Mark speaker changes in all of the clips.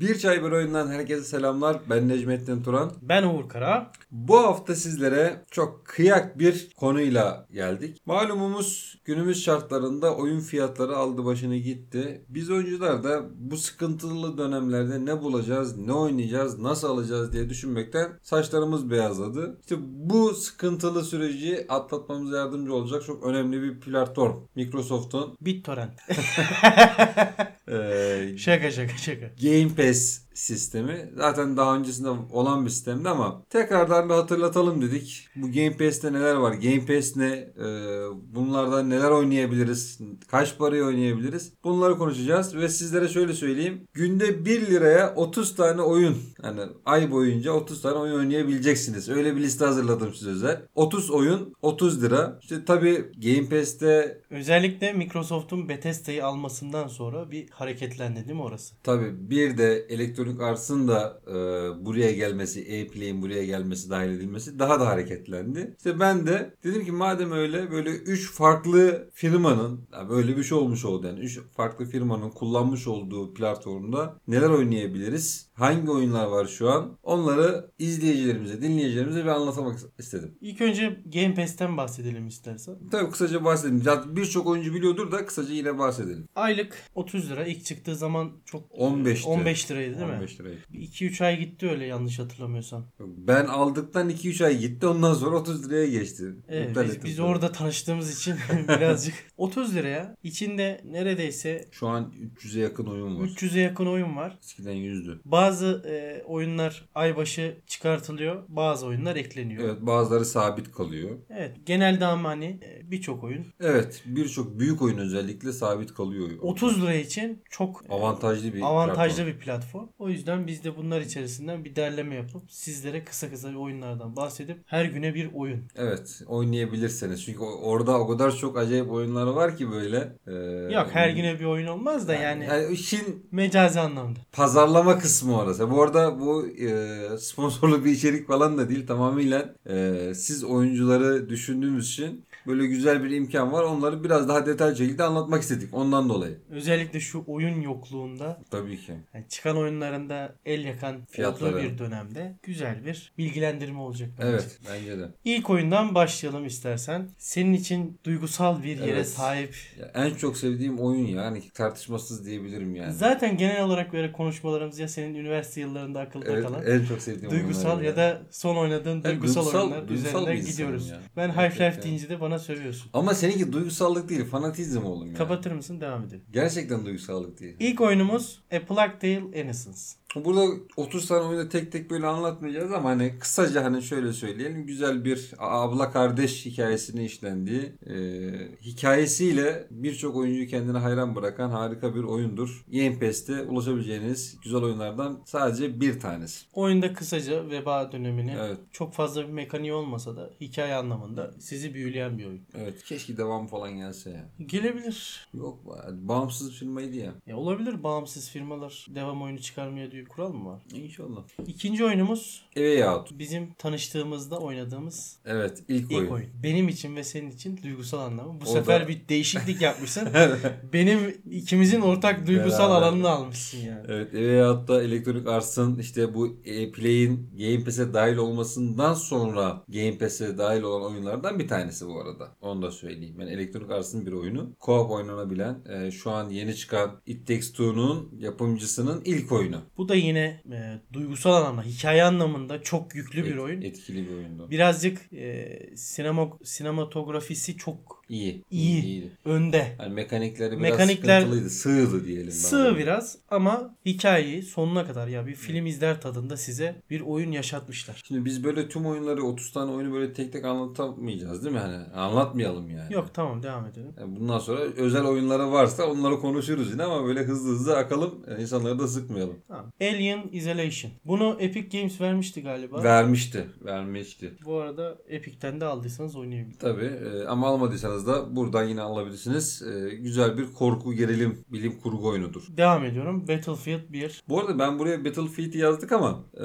Speaker 1: Bir Çay Bir Oyundan herkese selamlar. Ben Necmettin Turan.
Speaker 2: Ben Uğur Kara.
Speaker 1: Bu hafta sizlere çok kıyak bir konuyla geldik. Malumumuz günümüz şartlarında oyun fiyatları aldı başını gitti. Biz oyuncular da bu sıkıntılı dönemlerde ne bulacağız, ne oynayacağız, nasıl alacağız diye düşünmekten saçlarımız beyazladı. İşte bu sıkıntılı süreci atlatmamıza yardımcı olacak çok önemli bir platform. Microsoft'un
Speaker 2: BitTorrent.
Speaker 1: eee
Speaker 2: Şaka şaka şaka.
Speaker 1: Game Pass sistemi zaten daha öncesinde olan bir sistemdi ama tekrardan bir hatırlatalım dedik. Bu Game Pass'te neler var? Game Pass ne? Ee, bunlardan neler oynayabiliriz? Kaç paraya oynayabiliriz? Bunları konuşacağız ve sizlere şöyle söyleyeyim. Günde 1 liraya 30 tane oyun. Yani ay boyunca 30 tane oyun oynayabileceksiniz. Öyle bir liste hazırladım size özel. 30 oyun 30 lira. İşte tabii Game Pass'te
Speaker 2: Özellikle Microsoft'un Bethesda'yı almasından sonra bir hareketlendi değil mi orası?
Speaker 1: Tabii bir de Electronic Arts'ın da e, buraya gelmesi, E-Play'in buraya gelmesi, dahil edilmesi daha da hareketlendi. İşte ben de dedim ki madem öyle böyle 3 farklı firmanın ya böyle bir şey olmuş oldu yani 3 farklı firmanın kullanmış olduğu platformda neler oynayabiliriz? Hangi oyunlar var şu an? Onları izleyicilerimize, dinleyicilerimize bir anlatmak istedim.
Speaker 2: İlk önce Game Pass'ten bahsedelim istersen.
Speaker 1: Tabii kısaca bahsedelim. Zaten birçok oyuncu biliyordur da kısaca yine bahsedelim.
Speaker 2: Aylık 30 lira. İlk çıktığı zaman çok
Speaker 1: 15 lira.
Speaker 2: 15 liraydı değil mi?
Speaker 1: 15 lirayı.
Speaker 2: 2-3 ay gitti öyle yanlış hatırlamıyorsam.
Speaker 1: Ben aldıktan 2-3 ay gitti ondan sonra 30 liraya geçti.
Speaker 2: Evet,
Speaker 1: İptal
Speaker 2: biz,
Speaker 1: ettim
Speaker 2: biz
Speaker 1: sonra.
Speaker 2: orada tanıştığımız için birazcık 30 liraya içinde neredeyse
Speaker 1: Şu an 300'e yakın oyun var.
Speaker 2: 300'e yakın oyun var.
Speaker 1: Eskiden 100'dü.
Speaker 2: Bazı e, oyunlar ay başı çıkartılıyor, bazı oyunlar ekleniyor.
Speaker 1: Evet bazıları sabit kalıyor.
Speaker 2: Evet. Genelde ama hani e, birçok oyun
Speaker 1: Evet birçok büyük oyun özellikle sabit kalıyor.
Speaker 2: 30 lira için çok e,
Speaker 1: avantajlı bir
Speaker 2: avantajlı
Speaker 1: platform.
Speaker 2: bir platform. O yüzden biz de bunlar içerisinden bir derleme yapıp sizlere kısa kısa oyunlardan bahsedip her güne bir oyun.
Speaker 1: Evet oynayabilirseniz. Çünkü o- orada o kadar çok acayip oyunlar var ki böyle. Ee,
Speaker 2: Yok her güne bir oyun olmaz da yani,
Speaker 1: yani işin
Speaker 2: mecazi anlamda.
Speaker 1: pazarlama kısmı orası. Bu arada bu e, sponsorlu bir içerik falan da değil. Tamamıyla e, siz oyuncuları düşündüğümüz için böyle güzel bir imkan var. Onları biraz daha detaylı şekilde anlatmak istedik. Ondan dolayı.
Speaker 2: Özellikle şu oyun yokluğunda
Speaker 1: Tabii ki.
Speaker 2: yani çıkan oyunlarında el yakan
Speaker 1: Fiyatları.
Speaker 2: olduğu bir dönemde güzel bir bilgilendirme olacak. bence.
Speaker 1: Evet bence de.
Speaker 2: İlk oyundan başlayalım istersen. Senin için duygusal bir yere
Speaker 1: Evet.
Speaker 2: sahip
Speaker 1: Ya en çok sevdiğim oyun ya. Hani tartışmasız diyebilirim yani.
Speaker 2: Zaten genel olarak böyle konuşmalarımız ya senin üniversite yıllarında akılda
Speaker 1: Evet,
Speaker 2: kalan
Speaker 1: en çok sevdiğim
Speaker 2: duygusal
Speaker 1: oyunlar
Speaker 2: ya da son oynadığın
Speaker 1: Ben
Speaker 2: duygusal,
Speaker 1: duygusal-
Speaker 2: oyunlar
Speaker 1: duygusal bir
Speaker 2: üzerinden
Speaker 1: insanım
Speaker 2: gidiyoruz.
Speaker 1: ya.
Speaker 2: Ben Half-Life
Speaker 1: Gerçekten.
Speaker 2: deyince de bana sövüyorsun.
Speaker 1: Ama seninki duygusallık değil fanatizm oğlum ya.
Speaker 2: Kapatır mısın? Devam edelim.
Speaker 1: Gerçekten duygusallık değil.
Speaker 2: İlk oyunumuz A Plague Tale Innocence.
Speaker 1: Burada 30 tane oyunu tek tek böyle anlatmayacağız ama hani kısaca hani şöyle söyleyelim. Güzel bir abla kardeş hikayesini işlendiği e, hikayesiyle birçok oyuncuyu kendine hayran bırakan harika bir oyundur. Game Pass'te ulaşabileceğiniz güzel oyunlardan sadece bir tanesi.
Speaker 2: Oyunda kısaca veba dönemini
Speaker 1: Evet.
Speaker 2: çok fazla bir mekaniği olmasa da hikaye anlamında sizi büyüleyen bir oyun.
Speaker 1: Evet. Keşke devam falan gelse ya.
Speaker 2: Gelebilir.
Speaker 1: Yok ba- bağımsız firmaydı ya.
Speaker 2: Ya olabilir bağımsız firmalar devam oyunu çıkarmıyor diye bir kural mı var?
Speaker 1: İnşallah.
Speaker 2: İkinci oyunumuz
Speaker 1: Eve Out.
Speaker 2: bizim tanıştığımızda oynadığımız
Speaker 1: Evet ilk,
Speaker 2: İlk
Speaker 1: oyun.
Speaker 2: oyun. Benim için ve senin için duygusal anlamı. Bu
Speaker 1: O
Speaker 2: sefer
Speaker 1: da-
Speaker 2: bir değişiklik yapmışsın. Benim ikimizin ortak duygusal
Speaker 1: Beraber.
Speaker 2: alanını almışsın yani.
Speaker 1: Evet veyahut da Electronic Arts'ın işte bu e, Play'in Game Pass'e dahil olmasından sonra Game Pass'e dahil olan oyunlardan bir tanesi bu arada. Onu da söyleyeyim. Yani Electronic Arts'ın bir oyunu. Co-op oynanabilen e, şu an yeni çıkan It Takes Two'nun yapımcısının ilk oyunu.
Speaker 2: Bu da yine e, duygusal anlamda, hikaye anlamında çok yüklü bir
Speaker 1: Et-
Speaker 2: oyun.
Speaker 1: Etkili bir oyundu.
Speaker 2: Birazcık e, sinema sinematografisi çok
Speaker 1: İyi.
Speaker 2: İyi.
Speaker 1: İyiydi.
Speaker 2: önde.
Speaker 1: Yani mekanikleri biraz
Speaker 2: Mekanikler-
Speaker 1: sıkıntılıydı. Sığdı diyelim. bana.
Speaker 2: Sığ biraz ama hikayeyi sonuna kadar ya bir film izler tadında size bir oyun yaşatmışlar.
Speaker 1: Şimdi biz böyle tüm oyunları 30 tane oyunu böyle tek tek anlatamayacağız değil mi? Hani anlatmayalım yani.
Speaker 2: Yok tamam devam edelim.
Speaker 1: Yani Bundan sonra özel oyunları varsa onları konuşuruz yine ama böyle hızlı hızlı akalım yani insanları da sıkmayalım.
Speaker 2: Tamam. Alien Isolation. Bunu Epic Games vermişti galiba.
Speaker 1: Vermişti. Vermişti.
Speaker 2: Bu arada Epic'ten de aldıysanız oynayabilirsiniz.
Speaker 1: Tabii e, ama almadıysanız almadıysanız da buradan yine alabilirsiniz. Ee, güzel bir korku gerilim bilim kurgu oyunudur.
Speaker 2: Devam ediyorum. Battlefield 1.
Speaker 1: Bu arada ben buraya Battlefield'i yazdık ama e,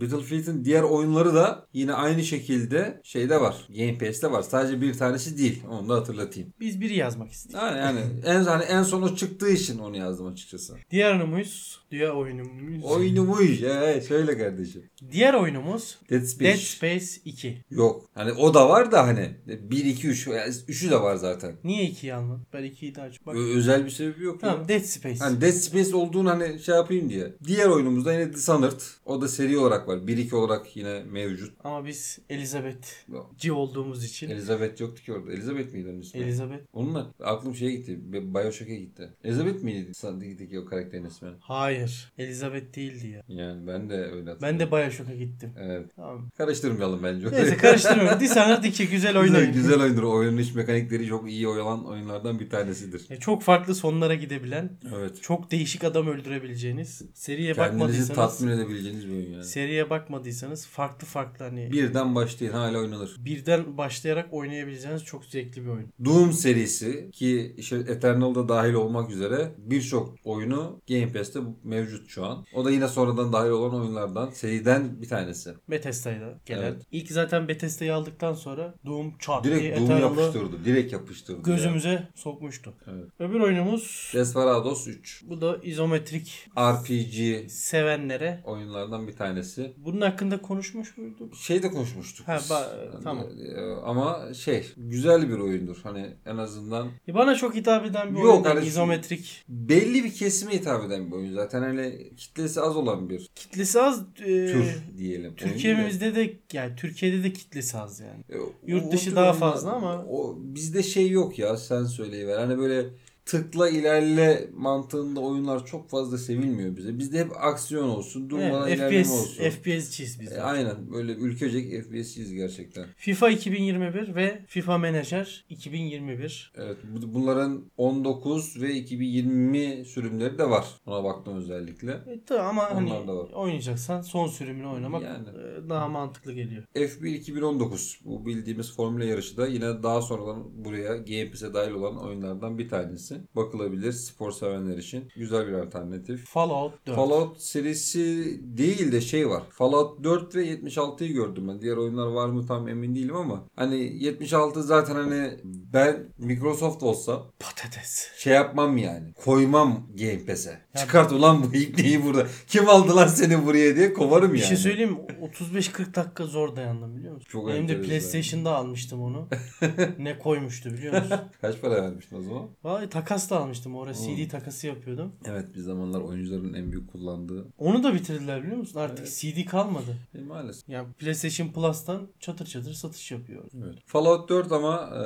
Speaker 1: Battlefield'in diğer oyunları da yine aynı şekilde şeyde var. Game Pass'te var. Sadece bir tanesi değil. Onu da hatırlatayım.
Speaker 2: Biz biri yazmak istedik.
Speaker 1: Yani, yani en hani en son o çıktığı için onu yazdım açıkçası.
Speaker 2: Diğer oyunumuz, diğer oyunumuz.
Speaker 1: Oyunumuş. Evet, Ee, şöyle kardeşim.
Speaker 2: Diğer oyunumuz
Speaker 1: Dead Space.
Speaker 2: Dead Space 2.
Speaker 1: Yok. Hani o da var da hani 1 2 3 üçü de var zaten.
Speaker 2: Niye 2'yi almadın? Ben 2'yi daha çok. Bak.
Speaker 1: Ö- özel bir sebebi yok. ya.
Speaker 2: Tamam Dead Space.
Speaker 1: Hani Dead Space olduğunu hani şey yapayım diye. Diğer oyunumuzda yine Dishonored. O da seri olarak var. 1-2 olarak yine mevcut.
Speaker 2: Ama biz Elizabeth'ci olduğumuz için
Speaker 1: Elizabeth yoktu ki orada. Elizabeth miydi onun ismi?
Speaker 2: Elizabeth.
Speaker 1: Onunla aklım şeye gitti. Bi- Bioshock'a gitti. Elizabeth miydi sandıktaki o karakterin ismi?
Speaker 2: Hayır. Elizabeth değildi ya.
Speaker 1: Yani ben de öyle hatırlıyorum.
Speaker 2: Ben de Bioshock'a gittim.
Speaker 1: Evet.
Speaker 2: Tamam.
Speaker 1: Karıştırmayalım bence.
Speaker 2: Neyse karıştırmıyorum. Dishonored 2 güzel oyun.
Speaker 1: güzel,
Speaker 2: oyunu.
Speaker 1: güzel oyundur. Oyunun iç mekanikleri çok iyi olan oyunlardan bir tanesidir.
Speaker 2: Ya Çok farklı sonlara gidebilen,
Speaker 1: Evet.
Speaker 2: çok değişik adam öldürebileceğiniz, seriye
Speaker 1: Kendinizi
Speaker 2: Şey bakmadıysanız
Speaker 1: tatmin edebileceğiniz bir oyun yani.
Speaker 2: seriye bakmadıysanız farklı farklı hani
Speaker 1: Birden başlayın hala oynanır.
Speaker 2: birden başlayarak oynayabileceğiniz çok zevkli bir oyun.
Speaker 1: Doom serisi ki işte Eternal'da dahil olmak üzere birçok oyunu Game Pass'te mevcut şu an. O da yine sonradan dahil olan oyunlardan seriden bir tanesi.
Speaker 2: Bethesda'yla gelen.
Speaker 1: Evet.
Speaker 2: İlk zaten Bethesda'yı aldıktan sonra Doom çat diye
Speaker 1: Direkt Doom
Speaker 2: Eternal'ı
Speaker 1: yapıştırdı. Direkt yapıştırdı. ya.
Speaker 2: gözümüze sokmuştu.
Speaker 1: Evet.
Speaker 2: Öbür oyunumuz
Speaker 1: Desperados 3.
Speaker 2: bu da izometrik
Speaker 1: RPG
Speaker 2: sevenlere.
Speaker 1: oyunlardan bir tanesi.
Speaker 2: Bunun hakkında konuşmuş muyduk?
Speaker 1: Şey de konuşmuştuk.
Speaker 2: Ha,
Speaker 1: biz.
Speaker 2: ba-
Speaker 1: Hani,
Speaker 2: tamam.
Speaker 1: e, Ama şey güzel bir oyundur. Hani en azından
Speaker 2: E Bana çok hitap eden bir
Speaker 1: Yok,
Speaker 2: oyun değil.
Speaker 1: hani-
Speaker 2: izometrik.
Speaker 1: belli bir kesime hitap eden bir oyun. Zaten öyle kitlesi az olan bir
Speaker 2: Kitlesi az. e,
Speaker 1: tür diyelim. oyun
Speaker 2: Türkiye'mizde de yani Türkiye'de de kitlesi az yani.
Speaker 1: değil de. E,
Speaker 2: yurt
Speaker 1: o- o
Speaker 2: dışı
Speaker 1: tür
Speaker 2: daha
Speaker 1: oyunlar-
Speaker 2: fazla ama-
Speaker 1: o bizde şey yok ya sen söyleyiver. Hani böyle tıkla ilerle mantığında oyunlar çok fazla sevilmiyor bize. Bizde hep aksiyon olsun, durmadan
Speaker 2: Evet,
Speaker 1: ilerleme
Speaker 2: FPS
Speaker 1: olsun.
Speaker 2: FPS'ciyiz biz.
Speaker 1: E,
Speaker 2: de.
Speaker 1: aynen böyle ülkecek FPS'ciyiz gerçekten.
Speaker 2: FIFA 2021 ve FIFA Manager 2021.
Speaker 1: Evet bu- bunların 19 ve 2020 sürümleri de var. Ona baktım özellikle.
Speaker 2: E, tabii ama
Speaker 1: Onlar
Speaker 2: hani
Speaker 1: da var.
Speaker 2: oynayacaksan son sürümünü oynamak
Speaker 1: Yani.
Speaker 2: e, daha mantıklı geliyor.
Speaker 1: F1 2019 bu bildiğimiz formüle yarışı da yine daha sonradan buraya Game Pass'e dahil olan oyunlardan bir tanesi. Bakılabilir spor sevenler için. Güzel bir alternatif.
Speaker 2: Fallout 4.
Speaker 1: Fallout serisi değil de şey var. Fallout 4 ve 76'yı gördüm ben. Diğer oyunlar var mı tam emin değilim ama hani 76 zaten hani ben Microsoft olsa
Speaker 2: Patates.
Speaker 1: şey yapmam yani. Koymam Game Pass'e.
Speaker 2: Ya-
Speaker 1: Çıkart ulan bu ipneyi burada. Kim aldı lan seni buraya diye kovarım
Speaker 2: Bir
Speaker 1: yani.
Speaker 2: şey söyleyeyim mi? 35-40 dakika zor dayandım biliyor musun?
Speaker 1: Çok
Speaker 2: Benim de
Speaker 1: enteresan.
Speaker 2: PlayStation'da almıştım onu. ne koymuştu biliyor musun?
Speaker 1: Kaç para vermiştin o zaman?
Speaker 2: Vallahi takasla almıştım. Orada
Speaker 1: Hmm.
Speaker 2: CD takası yapıyordum.
Speaker 1: Evet bir zamanlar oyuncuların en büyük kullandığı.
Speaker 2: Onu da bitirdiler biliyor musun? Artık CD kalmadı.
Speaker 1: E, maalesef.
Speaker 2: Yani PlayStation Plus'tan çatır çatır satış yapıyor.
Speaker 1: Evet. Fallout 4 ama e,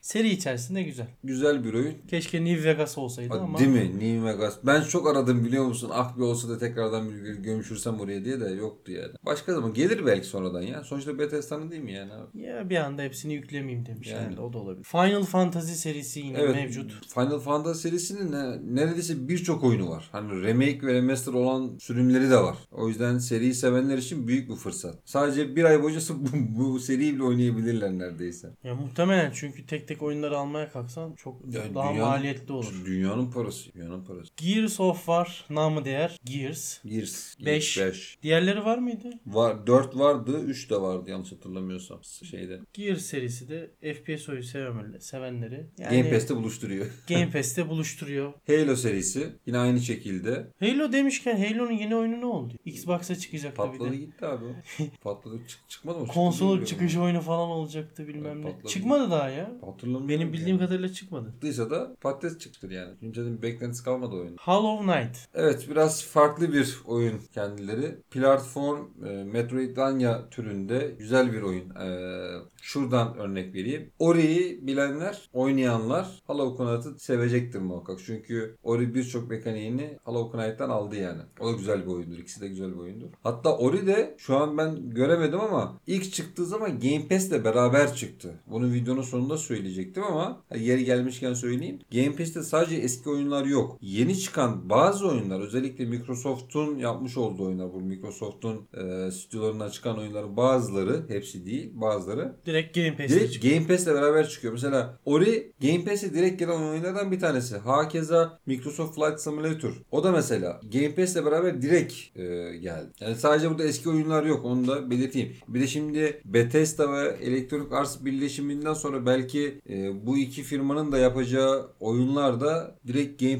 Speaker 2: Seri içerisinde güzel.
Speaker 1: güzel bir oyun.
Speaker 2: Keşke New Vegas olsaydı
Speaker 1: A,
Speaker 2: ama
Speaker 1: Değil mi? New Vegas. Ben çok aradım biliyor musun? Ah bir olsa da tekrardan bir gö- gömüşürsem oraya diye de yoktu yani. Başka zaman gelir belki sonradan ya. Sonuçta Bethesda'nın değil mi yani abi?
Speaker 2: ya bir anda hepsini yüklemeyeyim demiş.
Speaker 1: Yani.
Speaker 2: Yani o da olabilir. Final Fantasy serisi yine
Speaker 1: Evet.
Speaker 2: mevcut.
Speaker 1: Final Fantasy serisinin ne- neredeyse birçok oyunu var. Hani remake ve remaster olan sürümleri de var. O yüzden seriyi sevenler için büyük bir fırsat. Sadece bir ay boyunca sırf bu, bu seriyi bile oynayabilirler neredeyse.
Speaker 2: Ya muhtemelen çünkü tek tek oyunları almaya kalksan çok
Speaker 1: Yani
Speaker 2: daha
Speaker 1: dünyanın-
Speaker 2: maliyetli olur.
Speaker 1: Dünyanın parası. Dünyanın parası.
Speaker 2: Gears of War namı değer Gears.
Speaker 1: Gears. Gears
Speaker 2: Beş.
Speaker 1: 5.
Speaker 2: Diğerleri var mıydı?
Speaker 1: Var, 4 vardı. 3 de vardı yanlış hatırlamıyorsam. Şeyde.
Speaker 2: Gears serisi de FPS oyunu sevenleri, sevenleri
Speaker 1: Game Pass'te buluşturuyor.
Speaker 2: Game Pass'te buluşturuyor.
Speaker 1: Halo serisi yine aynı şekilde.
Speaker 2: Halo demişken Halo'nun yeni oyunu ne oldu? Xbox'a çıkacaktı bir
Speaker 1: Patladı
Speaker 2: de.
Speaker 1: gitti abi o. Patladı. Çık, çıkmadı mı? Çıktı
Speaker 2: Konsol
Speaker 1: bilmiyorum.
Speaker 2: çıkışı oyunu falan olacaktı bilmem ne.
Speaker 1: patladı.
Speaker 2: Çıkmadı daha ya.
Speaker 1: Hatırlamıyorum.
Speaker 2: Benim bildiğim
Speaker 1: yani.
Speaker 2: kadarıyla çıkmadı.
Speaker 1: çıktıysa da patates çıktır yani. Kimsenin beklentisi kalmadı oyun.
Speaker 2: Hollow Knight.
Speaker 1: Evet biraz farklı bir oyun kendileri. Platform e, Metroidvania türünde güzel bir oyun. E, şuradan örnek vereyim. Ori'yi bilenler, oynayanlar Hollow Knight'ı sevecektir muhakkak. Çünkü Ori birçok mekaniğini Hollow Knight'tan aldı yani. O da güzel bir oyundur. İkisi de güzel bir oyundur. Hatta Ori de şu an ben göremedim ama ilk çıktığı zaman Game Pass'le beraber çıktı. Bunun videonun sonunda söyleyeyim söyleyecektim ama yeri gelmişken söyleyeyim. Game Pass'te sadece eski oyunlar yok. Yeni çıkan bazı oyunlar özellikle Microsoft'un yapmış olduğu oyunlar bu Microsoft'un e, stüdyolarından çıkan oyunların bazıları hepsi değil bazıları
Speaker 2: Direkt Game Pass'e
Speaker 1: Direkt
Speaker 2: çıkıyor.
Speaker 1: Game Pass'le beraber çıkıyor. Mesela Ori Game Pass'e direkt gelen oyunlardan bir tanesi. Hakeza Microsoft Flight Simulator. O da mesela Game Pass'le beraber direkt e, geldi. Yani sadece burada eski oyunlar yok. Onu da belirteyim. Bir de şimdi Bethesda ve Electronic Arts birleşiminden sonra belki e, bu iki firmanın da yapacağı oyunlar da direkt Game